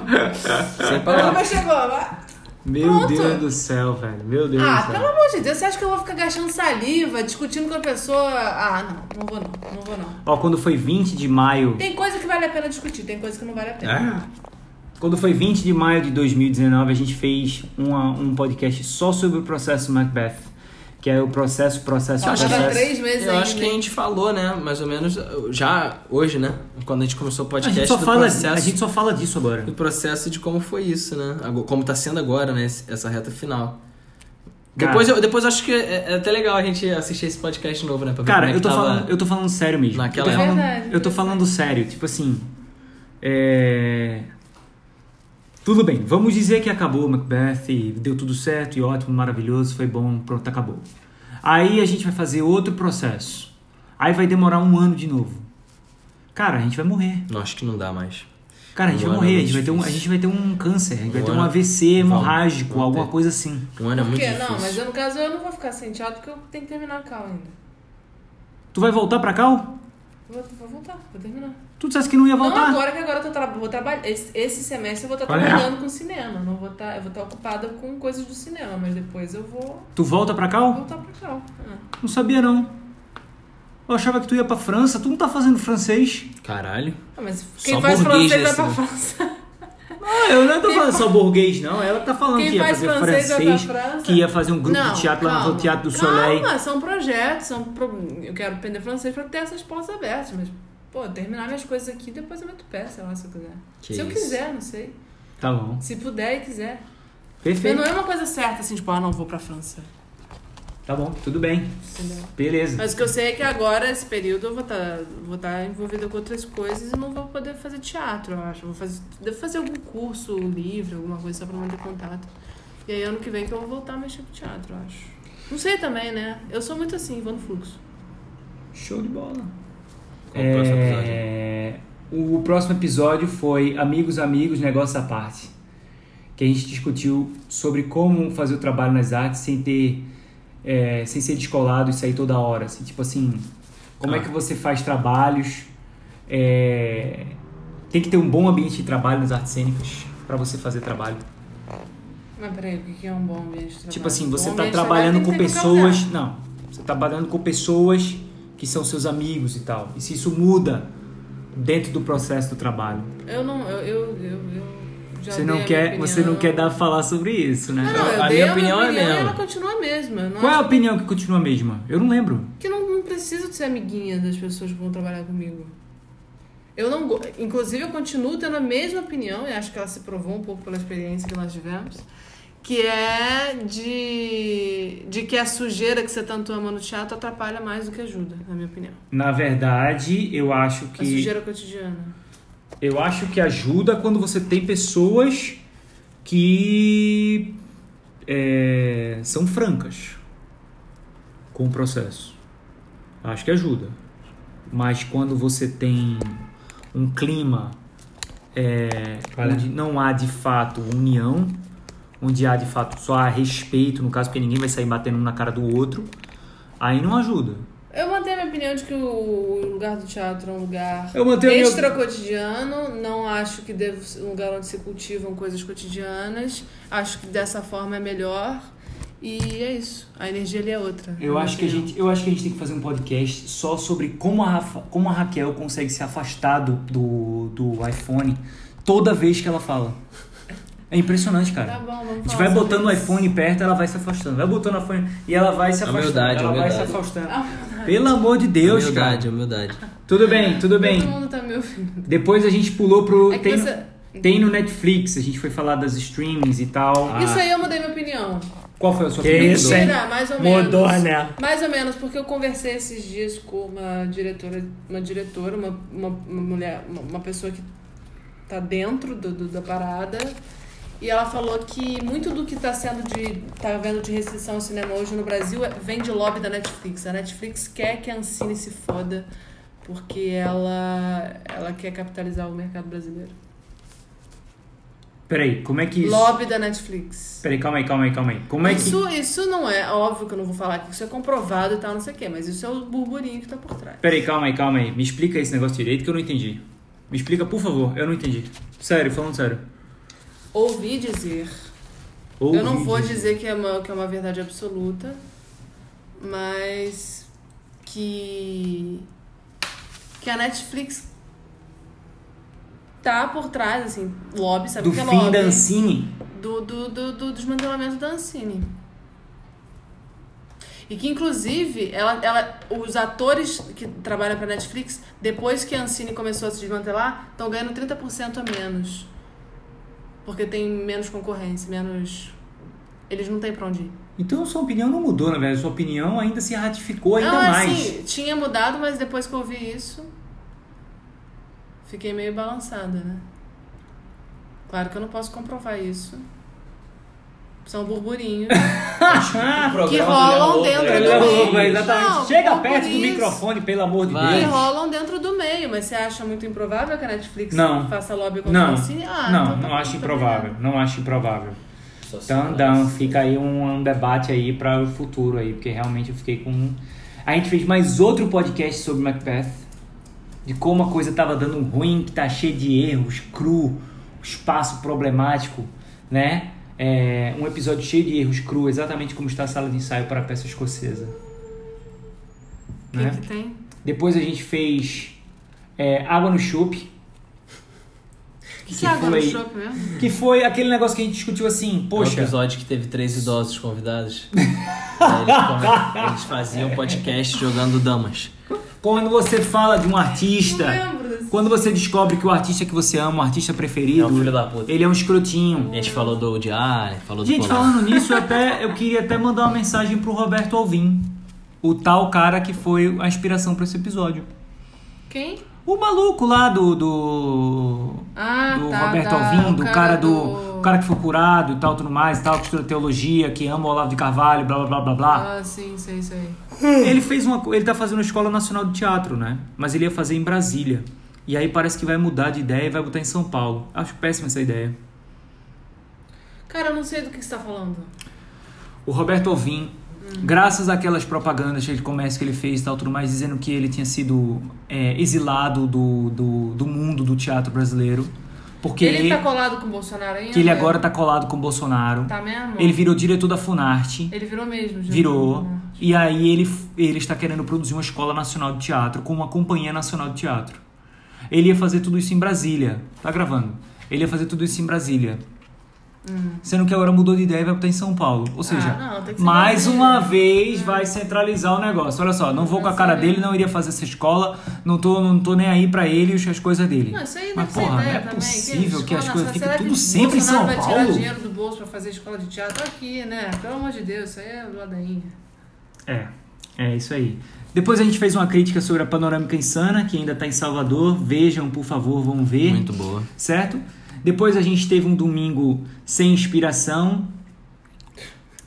E: Sem palavras.
D: Mas chegou, vai.
F: Meu
D: Pronto.
F: Deus do céu, velho. Meu Deus
D: Ah,
F: do
D: pelo
F: céu.
D: amor de Deus, você acha que eu vou ficar gastando saliva, discutindo com a pessoa? Ah, não, não vou não, não vou não.
F: Ó, quando foi 20 de maio.
D: Tem coisa que vale a pena discutir, tem coisa que não vale a pena.
E: Ah,
F: Quando foi 20 de maio de 2019, a gente fez uma- um podcast só sobre o processo Macbeth. Que é o processo, processo,
D: Ó,
E: é
F: processo.
D: tava Tá, três meses
E: eu
D: ainda,
E: acho que a
D: hein?
E: gente falou, né? Mais ou menos já hoje, né? Quando a gente começou o
F: A
E: podcast
F: gente, só
E: do
F: fala,
E: processo.
F: a gente só fala disso agora.
E: do processo de como foi isso, né? Agora- Como tá sendo agora, né? esse- Essa reta final.
F: Cara.
E: Depois, eu, depois eu acho que é, é até legal a gente assistir esse podcast novo, né? Pra ver
F: Cara,
E: como é
F: eu
E: que
F: tô,
E: tava...
F: falando, eu tô falando sério mesmo.
E: naquela
F: eu tô falando,
D: época. Verdade,
F: eu tô falando sério, tipo assim. É... Tudo bem, vamos dizer que acabou o Macbeth, e deu tudo certo, e ótimo, maravilhoso, foi bom, pronto, acabou. Aí a gente vai fazer outro processo. Aí vai demorar um ano de novo. Cara, a gente vai morrer.
E: Não, acho que não dá mais.
F: Cara, a gente
E: Um
F: vai
E: ano é
F: morrer, a
E: muito
F: gente vai, ter um, a
E: difícil.
F: gente vai ter um câncer, a gente vai
E: Um
F: ter um
E: ano.
F: AVC hemorrágico,
E: vamos
F: alguma
E: ter.
F: coisa assim.
E: Um ano é
D: Por
E: muito
D: quê?
E: difícil.
D: Não, mas eu, no caso eu não vou ficar sem teatro porque eu tenho que terminar a cal ainda.
F: Tu vai voltar pra cá?
D: Vou, vou voltar, vou terminar.
F: Tu disseste que não ia
D: Não
F: voltar?
D: agora que agora eu tô tra- vou trabalhar. Esse, esse semestre eu vou estar
E: é?
F: Olha.
D: trabalhando com cinema. Não vou tá, eu vou estar ocupada com coisas do cinema, mas depois eu vou
F: Tu volta pra cá?
D: voltar pra cal. Ah.
F: Não sabia não. Eu achava que tu ia pra França, tu não tá fazendo francês.
E: Caralho.
D: Ah, mas quem
E: Só
D: faz
E: burguês
D: francês vai pra
E: desse,
D: França.
F: Ah, eu não tô falando só burguês, não. Ela tá falando
D: Quem
F: que ia
D: faz
F: fazer
D: francês
F: francês,
D: vai pra França.
F: que ia fazer um grupo
D: Não,
F: de teatro lá no
D: calma.
F: Teatro do Soleil.
D: Calma, são projetos, são pro- eu quero aprender francês pra ter essas portas abertas, mas pô, terminar minhas coisas aqui depois eu meto pé, sei lá, se eu quiser.
E: Que
D: se eu
E: isso.
D: quiser, não sei.
F: Tá bom.
D: Se puder e quiser. Mas
F: Perfeito.
D: não é uma coisa certa assim, tipo, ah, não vou pra França.
F: Tá bom, tudo bem.
D: Entendeu?
F: Beleza.
D: Mas o que eu sei é que agora, esse período, eu vou estar vou tá envolvida com outras coisas e não vou poder fazer teatro, eu acho. Vou fazer, devo fazer algum curso livre, alguma coisa só pra manter contato. E aí, ano que vem, que eu vou voltar a mexer com teatro, eu acho. Não sei também, né? Eu sou muito assim, vou no fluxo.
F: Show de bola.
E: Qual o próximo episódio?
F: É, O próximo episódio foi Amigos, Amigos, Negócio à Parte. Que a gente discutiu sobre como fazer o trabalho nas artes sem ter. é, sem ser descolado e sair toda hora. assim, tipo assim, como é que você faz trabalhos? é, tem que ter um bom ambiente de trabalho nas artes cênicas para você fazer trabalho.
D: Uhum. Mas peraí, o que que é um bom ambiente de trabalho?
F: Tipo assim,
D: Um
F: você
D: bom
F: tá
D: ambiente de trabalho
F: trabalhando
D: tem
F: com
D: que ter qualquer lugar.
F: pessoas. Não. Você tá trabalhando com pessoas que são seus amigos e tal. E se isso muda dentro do processo do trabalho.
D: Eu não, eu, eu, eu, eu já
F: Você
D: dei a
F: não
D: minha
F: quer, você não
D: opinião.
F: quer dar falar sobre isso, né?
D: Não, não, eu
E: A
D: dei
E: minha
D: a minha
E: opinião é
D: opinião, e
E: mesma.
D: ela continua a mesma. Eu Não
F: Qual é a
D: acho
F: opinião que continua a mesma? Eu não lembro.
D: que não, não preciso de ser amiguinha das pessoas que vão trabalhar comigo. Eu não, go- inclusive eu continuo tendo a mesma opinião e acho que ela se provou um pouco pela experiência que nós tivemos, que é de de que a sujeira que você tanto ama no teatro atrapalha mais do que ajuda, na minha opinião.
F: Na verdade, eu acho
D: A
F: que
D: sujeira cotidiana.
F: eu acho que ajuda quando você tem pessoas que é, são francas com o processo. Acho que ajuda. Mas quando você tem um clima é,
E: Olha.
F: onde não há de fato união, onde há de fato só há respeito, no caso, porque ninguém vai sair batendo um na cara do outro, aí não ajuda.
D: Eu mantenho a minha opinião de que o lugar do teatro é um lugar
F: Eu mantenho a minha-
D: extra cotidiano. Não acho que deva ser um lugar onde se cultivam coisas cotidianas. Acho que dessa forma é melhor. E é isso. A energia ali é outra. na
F: Eu
D: minha
F: acho, que a
D: opinião.
F: gente, eu acho que a gente tem que fazer um podcast só sobre como a, Rafa- como a Raquel consegue se afastar do, do, do iPhone toda vez que ela fala. É impressionante, cara.
D: Tá bom, vamos
F: a gente
D: falar
F: vai
D: sobre
F: botando o
D: isso.
F: iPhone perto, ela vai se afastando. Vai botando o iPhone e ela vai se afastando.
E: Humildade,
F: ela vai se
E: humildade.
F: afastando. Pelo amor de Deus,
E: humildade,
F: cara.
E: humildade.
F: Tudo bem, tudo
D: Todo
F: bem.
D: mundo tá me ouvindo.
F: Depois a gente pulou pro.
D: É que
F: tem,
D: você-
F: no, tem no Ah. Netflix, a gente foi falar das streamings e tal.
D: Isso é aí eu mudei minha opinião.
F: Qual foi a sua
E: Ah. Que
F: opinião?
E: isso, hein?
D: Mentira, mais ou
E: Mudou,
D: menos.
E: né?
D: Mais ou menos, porque eu conversei esses dias com uma diretora, uma diretora, uma, uma, uma mulher, uma, uma pessoa que tá dentro do, do- da parada. E ela falou que muito do que tá sendo de. tá havendo de restrição ao cinema hoje no Brasil é- vem de lobby da Netflix. A Netflix quer que a Ancine se foda, porque ela, ela quer capitalizar o mercado brasileiro.
F: Peraí, como é que isso.
D: Lobby da Netflix.
F: Peraí, calma aí, calma aí, calma aí. Como é que.
D: Isso, isso não é óbvio que eu não vou falar que isso é comprovado e tal, não sei o quê, mas isso é o burburinho que tá por trás.
F: Peraí, calma aí, calma aí. Me explica esse negócio direito que eu não entendi. Me explica, por favor. Eu não entendi. Sério, falando sério.
D: Ouvi dizer, eu não vou dizer que é, uma, que é uma verdade absoluta, mas que, que a Netflix tá por trás, assim, lobby, sabe
F: Do
D: o que é
F: fim
D: lobby?
F: da Ancine?
D: do, do, do, do desmantelamento da Ancine. E que, inclusive, ela, ela, os atores que trabalham pra Netflix, depois que a Ancine começou a se desmantelar, estão ganhando 30% a menos. Porque tem menos concorrência, menos. Eles não têm pra onde ir.
F: Então sua opinião não mudou, na verdade. Sua opinião ainda se ratificou ainda
D: não,
F: mais.
D: assim, tinha mudado, mas depois que eu ouvi isso, fiquei meio balançada, né? Claro que eu não posso comprovar isso. São burburinhos.
F: Ah,
D: que rolam dentro
F: Ele
D: do
F: é
D: meio.
F: louco, exatamente.
D: Não,
F: Chega
D: não
F: perto
D: por
F: do
D: isso.
F: microfone, pelo amor de
E: Vai.
D: Que
F: Deus.
D: rolam dentro do meio, mas você acha muito improvável que a Netflix
F: Não.
D: faça lobby contra
F: Não,
D: o Cine? Ah,
F: não,
D: então tá
F: não
D: bom,
F: acho
D: tá
F: improvável.
D: bem.
F: Não acho improvável.
E: Só se
F: Então,
E: fala
F: então
E: isso.
F: fica aí um, um debate aí para o futuro aí, porque realmente eu fiquei com. um- A gente fez mais outro podcast sobre Macbeth, de como a coisa tava dando ruim, que tá cheio de erros, cru, espaço problemático, né? É, um episódio cheio de erros cru, exatamente como está a sala de ensaio para a peça escocesa.
D: O
F: Né?
D: que, que tem?
F: Depois a gente fez é, Água no Chup,
D: Que
F: que
D: Isso é água no
F: foi-
D: chope mesmo?
F: que foi aquele negócio que a gente discutiu assim,
E: É um
F: poxa.
E: episódio que teve três idosos convidados. Aí eles, come- eles faziam podcast jogando damas.
F: Quando você fala de um
D: Não
F: artista,
D: lembro desse.
F: quando você descobre que o artista que você ama, o artista preferido,
E: É um filho da puta.
F: ele é um
E: A
F: escrotinho.
E: gente falou do Woody Allen, falou do
F: Gente,
E: Polar.
F: falando nisso, eu, até, eu queria até mandar uma mensagem pro Roberto Alvim, o tal cara que foi a inspiração pra esse episódio.
D: Quem?
F: O maluco lá do. do,
D: Ah,
F: do
D: tá,
F: Roberto
D: tá,
F: Alvim,
D: o
F: do
D: cara
F: cara do.
D: do-
F: o cara que foi curado e tal, tudo mais, e tal, que estuda teologia, que ama o Olavo de Carvalho, blá blá blá blá blá.
D: Ah, sim, sei, sei.
F: Ele fez uma, co- ele tá fazendo a Escola Nacional de Teatro, né? Mas ele ia fazer em Brasília. E aí parece que vai mudar de ideia e vai botar em São Paulo. Acho péssima essa ideia.
D: Cara, eu não sei do que, que você tá falando.
F: O Roberto Alvim, graças àquelas propagandas de comércio que ele fez e tal, tudo mais, dizendo que ele tinha sido é, exilado do, do, do mundo do teatro brasileiro. Porque
D: ele,
F: ele,
D: tá colado com o Bolsonaro ainda?
F: que ele agora tá colado com o Bolsonaro.
D: Tá mesmo?
F: Ele virou diretor da Funarte.
D: Ele virou mesmo, gente.
F: Virou. E aí ele, ele está querendo produzir uma escola nacional de teatro com uma companhia nacional de teatro. Ele ia fazer tudo isso em Brasília. Tá gravando. Ele ia fazer tudo isso em Brasília. Sendo que agora mudou de ideia e vai botar em São Paulo. Ou seja,
D: Hum. Ah, não, tem que ser É.
F: mais
D: brasileiro.
F: uma vez vai centralizar o negócio. Olha só, não vou com a cara dele, não iria fazer essa escola, não tô, não tô nem aí pra ele e as coisas dele.
D: Não, isso aí
F: Mas
D: deve ser
F: porra, não
D: ideia
F: é
D: também.
F: possível que
D: escola
F: as coisas
D: nacional-
F: fiquem
D: será
F: tudo
D: que
F: sempre em São
D: Bolsonaro vai
F: Paulo.
D: tirar dinheiro do bolso pra fazer escola de teatro aqui, né? Pelo amor de Deus, isso aí é ladainha.
F: É, é isso aí. Depois a gente fez uma crítica sobre a Panorâmica Insana, que ainda tá em Salvador. Vejam, por favor, vão ver.
E: Muito boa.
F: certo? Depois a gente teve um domingo sem inspiração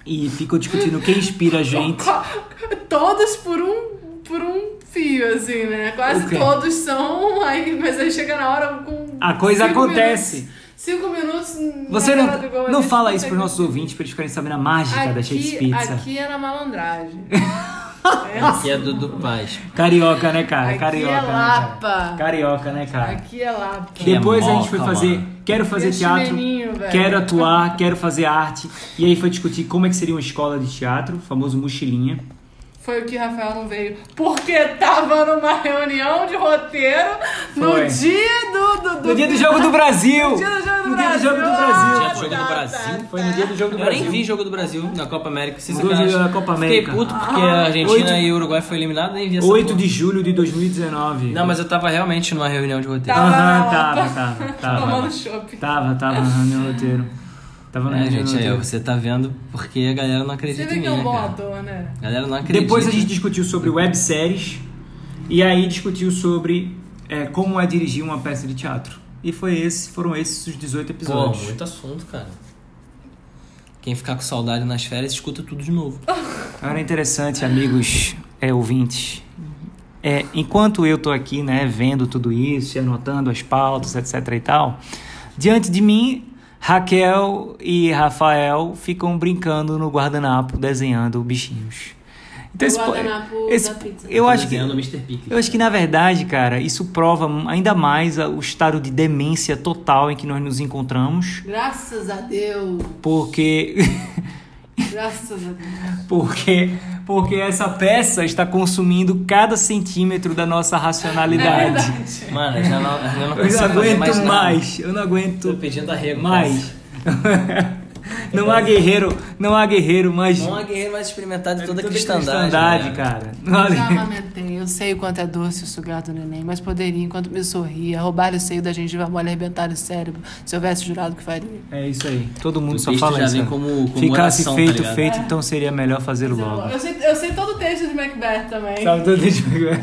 F: e ficou discutindo quem inspira a gente.
D: Todos por um, por um fio, assim, né? Quase
F: O quê?
D: todos são, aí, mas aí chega na hora com.
F: A coisa
D: cinco
F: acontece.
D: minutos- cinco minutos. na
F: Você
D: cara do gol,
F: não,
D: a
F: não
D: gente
F: fala isso para os
D: consegue-
F: nossos ouvintes para eles ficarem sabendo a mágica da Shakespeare.
D: Aqui,
F: Pizza.
D: aqui é na malandragem.
E: Que é do, do Paz.
F: Carioca, né, cara?
D: Aqui
F: Carioca,
D: é
F: né,
D: Lapa.
F: cara? Carioca, né, cara?
D: Aqui é Lapa.
E: Que
F: Depois
E: é
F: a gente foi
E: moca,
F: fazer.
E: mano.
F: Quero fazer
D: Que é
F: teatro,
D: chinelinho, velho.
F: quero atuar, quero fazer arte. E aí foi discutir como é que seria uma escola de teatro, o famoso mochilinha.
D: Foi o que Rafael não veio. Porque tava numa reunião de roteiro
F: Foi.
D: no dia do. do, do
F: No dia do Jogo do Brasil!
D: No dia do Jogo do
F: No dia do
D: Brasil!
F: Jogo do Brasil.
E: Dia do Jogo do Brasil.
F: Foi no dia do Jogo do
E: Eu nem
F: Brasil.
E: vi jogo do Brasil na Copa América. Sem
F: Mudou de
E: sacanagem.
F: jogo na Copa América.
E: Fiquei puto porque
D: Ah.
E: a Argentina
F: Oito-
E: e o Uruguai foi eliminado nem vi essa
F: 8
E: porra.
F: de julho de 2019.
E: Não, mas eu tava realmente numa reunião de roteiro.
D: Tava
F: Aham,
D: na
F: tava,
D: Lapa.
F: tava, tava. Tá,
D: Tomando chopp.
F: Tava, tava no meu roteiro. Tava no
E: É,
F: meu
E: gente, aí, ó,
F: roteiro.
E: você tá vendo porque a galera não
D: Você
E: acredita
D: vê
E: em
D: que
E: mim,
D: é um
E: né,
D: bom
E: cara?
D: ator, né?
E: A galera não acredita.
F: Depois a gente discutiu sobre webséries. E aí discutiu sobre é, como é dirigir uma peça de teatro. E foi esse, foram esses os 18
E: Pô,
F: episódios.
E: muito assunto, cara. Quem ficar com saudade nas férias, escuta tudo de novo.
F: Era é interessante, amigos é, ouvintes. É, enquanto eu tô aqui, né, vendo tudo isso, e anotando as pautas, etc e tal, diante de mim, Raquel e Rafael ficam brincando no guardanapo, desenhando bichinhos. Então,
D: O
F: esse po-
D: guardanapo
F: esse-
D: da pizza.
F: Eu acho que
E: Desenhando o Mr. Pickles.
F: eu acho que na verdade, cara, isso prova ainda mais a- o estado de demência total em que nós nos encontramos,
D: Graças a Deus.
F: porque
D: Graças a Deus.
F: Porque, porque essa peça está consumindo cada centímetro da nossa
D: É
F: racionalidade.
D: verdade.
E: Mano, eu já não, eu já não
F: eu
E: consigo
F: não
E: fazer
F: aguento mais,
E: nada. um
F: eu não
E: Tô
F: aguento
E: pedindo arrego.
F: mais. não há guerreiro, não há guerreiro mais
E: Não é guerreiro mais experimentado de toda a
F: toda
E: cristandade.
F: cristandade,
E: né?
F: cara. Não há-
D: Já amamentei, eu sei o quanto é doce o sugar do neném, mas poderia, enquanto me sorria, roubar o seio da gengiva mole e arrebentar o cérebro, se houvesse jurado que faria.
F: É isso aí. Todo mundo
E: O
F: só
E: texto
F: fala
E: já
F: isso.
E: vem
F: cara.
E: como- como
F: Ficasse
E: oração, tá
F: feito,
E: ligado?
F: feito, então seria melhor fazer logo.
D: Eu sei, eu sei todo o texto de Macbeth também.
F: Sabe, todo dia-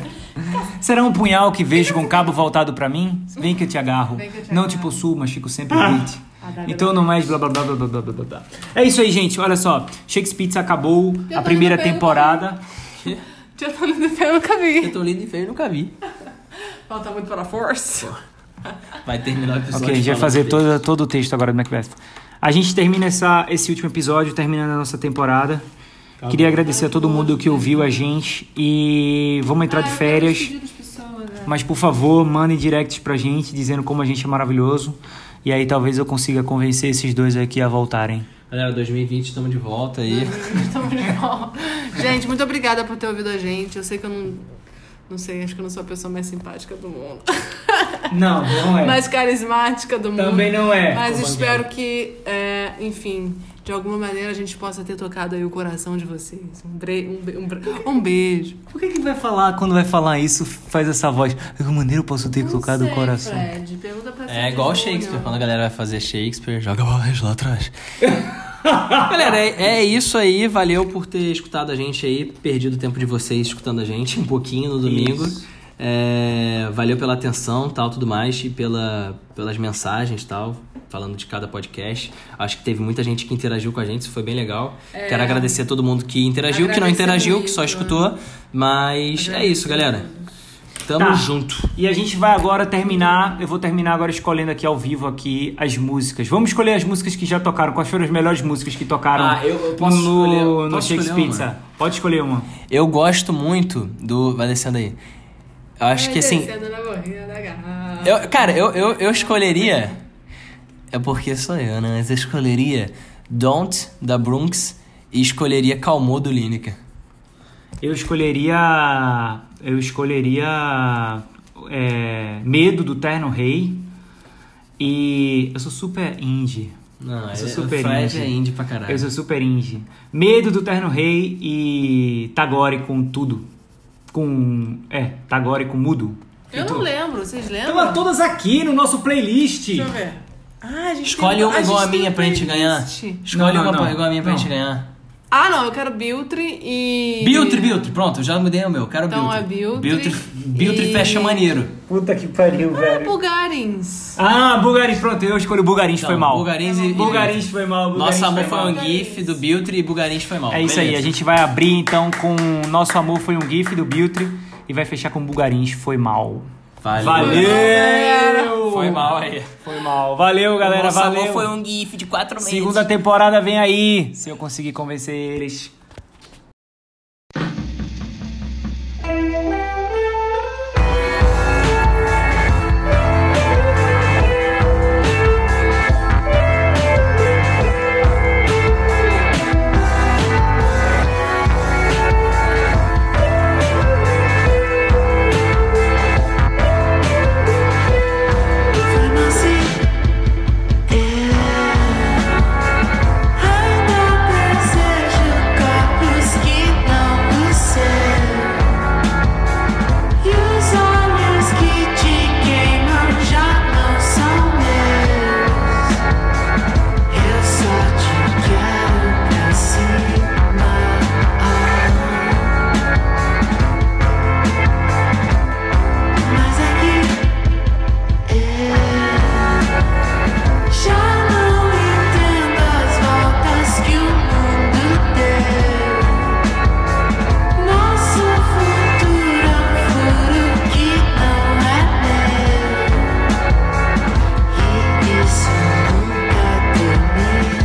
F: Será um punhal que vejo com o cabo voltado pra mim? Vem que eu te agarro.
D: Vem que eu te
F: não
D: agarro.
F: te possuo, mas fico sempre elite.
D: Adaga
F: Então não mais blá blá blá blá blá blá blá blá. É isso aí, gente. Olha só. Shakespeare acabou a
D: tô
F: primeira
D: indo bem,
F: temporada.
D: Já tô no eu nunca
E: Eu
D: vi.
E: tô lido e feio, nunca vi.
D: Falta muito para a força.
E: Vai terminar o episódio.
F: Ok, a gente vai
E: falando
F: fazer
E: dele.
F: todo, todo o texto agora do Macbeth. A gente termina essa, esse último episódio, terminando a nossa temporada. Queria agradecer a todo mundo que ouviu a gente e vamos
D: Ah,
F: entrar Então, de férias.
D: é.
F: Mas por favor, mandem directs pra gente dizendo como a gente é maravilhoso. E aí talvez eu consiga convencer esses dois aqui a voltarem.
E: Galera, 2020 estamos de volta aí.
D: Tamo de volta. gente, muito obrigada por ter ouvido a gente. Eu sei que eu não. Não sei, acho que eu não sou a pessoa mais simpática do mundo.
F: Não, não
E: é.
F: é.
D: mais carismática do mundo.
F: Também não é.
D: Mas espero que, é, enfim, de alguma maneira a gente possa ter tocado aí o coração de vocês. Um, bre- um, be- um bre- um beijo.
F: Por que que vai falar, quando vai falar isso, faz essa voz? De que maneira eu posso ter colocado o coração?
D: Fred, pergunta pra
E: É igual Shakespeare, quando a galera vai fazer Shakespeare, joga bolas lá atrás. galera, é, é isso aí. Valeu por ter escutado a gente aí, perdido o tempo de vocês escutando a gente um pouquinho no domingo. É, valeu pela atenção tal, tudo mais, e pela, pelas mensagens tal, falando de cada podcast. Acho que teve muita gente que interagiu com a gente, isso foi bem legal. Quero agradecer a todo mundo que interagiu, que não
D: Agradecer
E: interagiu,
D: muito,
E: que só escutou. Mas é isso, galera. Tamo
F: Tá.
E: junto.
F: E a gente vai agora terminar, eu vou terminar agora escolhendo aqui ao vivo aqui as músicas. Vamos escolher as músicas que já tocaram, quais foram as melhores músicas que tocaram
E: Ah, eu- eu posso
F: no,
E: escolher-
F: no
E: posso
F: Shakespeare
E: escolher
F: Pizza.
E: uma?
F: Pode escolher uma.
E: Eu gosto muito do. Vai descendo aí. Eu acho que assim. Eu, cara, eu, eu, eu escolheria. É porque sou eu, né? Mas eu escolheria Don't da Brunks e escolheria Calmou do Lineker.
F: Eu escolheria. Eu escolheria. é, Medo do Terno Rei. E. Eu sou super indie.
E: Não,
F: eu sou
E: é-
F: super
E: o Fred
F: indie.
E: é indie pra caralho.
F: Eu sou super indie. Medo do Terno Rei e. Tagore com tudo. Com. É, Tagore com mudo.
G: Eu não lembro, vocês lembram?
F: Estão todas aqui no nosso playlist.
G: Deixa eu ver. Ah, a gente
E: Escolhe
G: tem-
E: uma
G: ah,
E: igual a
G: gente tem
E: minha pra gente ganhar.
G: playlist.
E: Escolhe
F: Não, não,
E: uma
F: não.
E: igual a minha pra
F: Não.
E: gente ganhar.
G: Ah, não, eu quero Biltre e.
E: Biltre, Biltre. Pronto, eu já mudei o meu. eu Quero
G: Então é Biltre
E: Biltre. Biltre
G: e-
E: fecha maneiro.
F: Puta que pariu,
E: é
G: Ah,
F: velho.
G: Bulgarins.
F: Ah, Bulgarins, pronto, eu escolhi o Bulgarins,
E: Então,
F: foi mal.
E: Bulgarins e...
F: Bulgarins foi mal, Bulgarins
E: Nosso amor
F: foi
E: foi
F: mal.
E: um gif do Biltre e Bulgarins foi mal.
F: É isso aí,
E: Beleza.
F: a gente vai abrir então com Nosso Amor Foi um GIF do Biltre e vai fechar com Bulgarins Foi Mal.
E: Valeu.
F: Valeu!
E: Foi mal aí.
F: Foi mal. Valeu, galera,
E: Nosso amor
F: valeu.
E: foi um gif de quatro meses.
F: Segunda temporada vem aí, se eu conseguir convencer eles.
D: E os olhos que te queimam já não são meus. Eu só te quero pra cima. Mas aqui eu já não entendo as voltas que o mundo deu. Nosso futuro é um furo que não é meu E isso nunca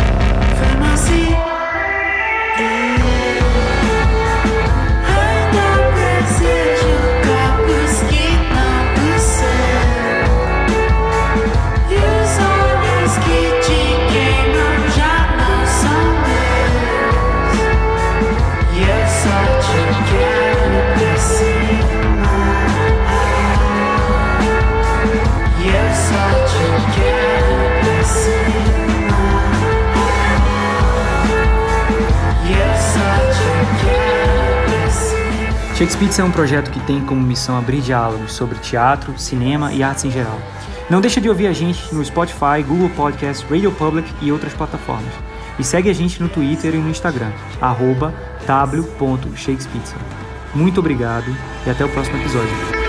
D: Vamos Ainda presejo copos que não são E os olhos que te queimam já não são meus E eu só te quero pra cima E eu só te quero pra cima You're such a careless
F: Shakespeare é um projeto que tem como missão abrir diálogos sobre teatro, cinema e artes em geral. Não deixa de ouvir a gente no Spotify, Google Podcasts, Radio Public e outras plataformas. E segue a gente no Twitter e no Instagram, arroba w.shakespeare. Muito obrigado e até o próximo episódio.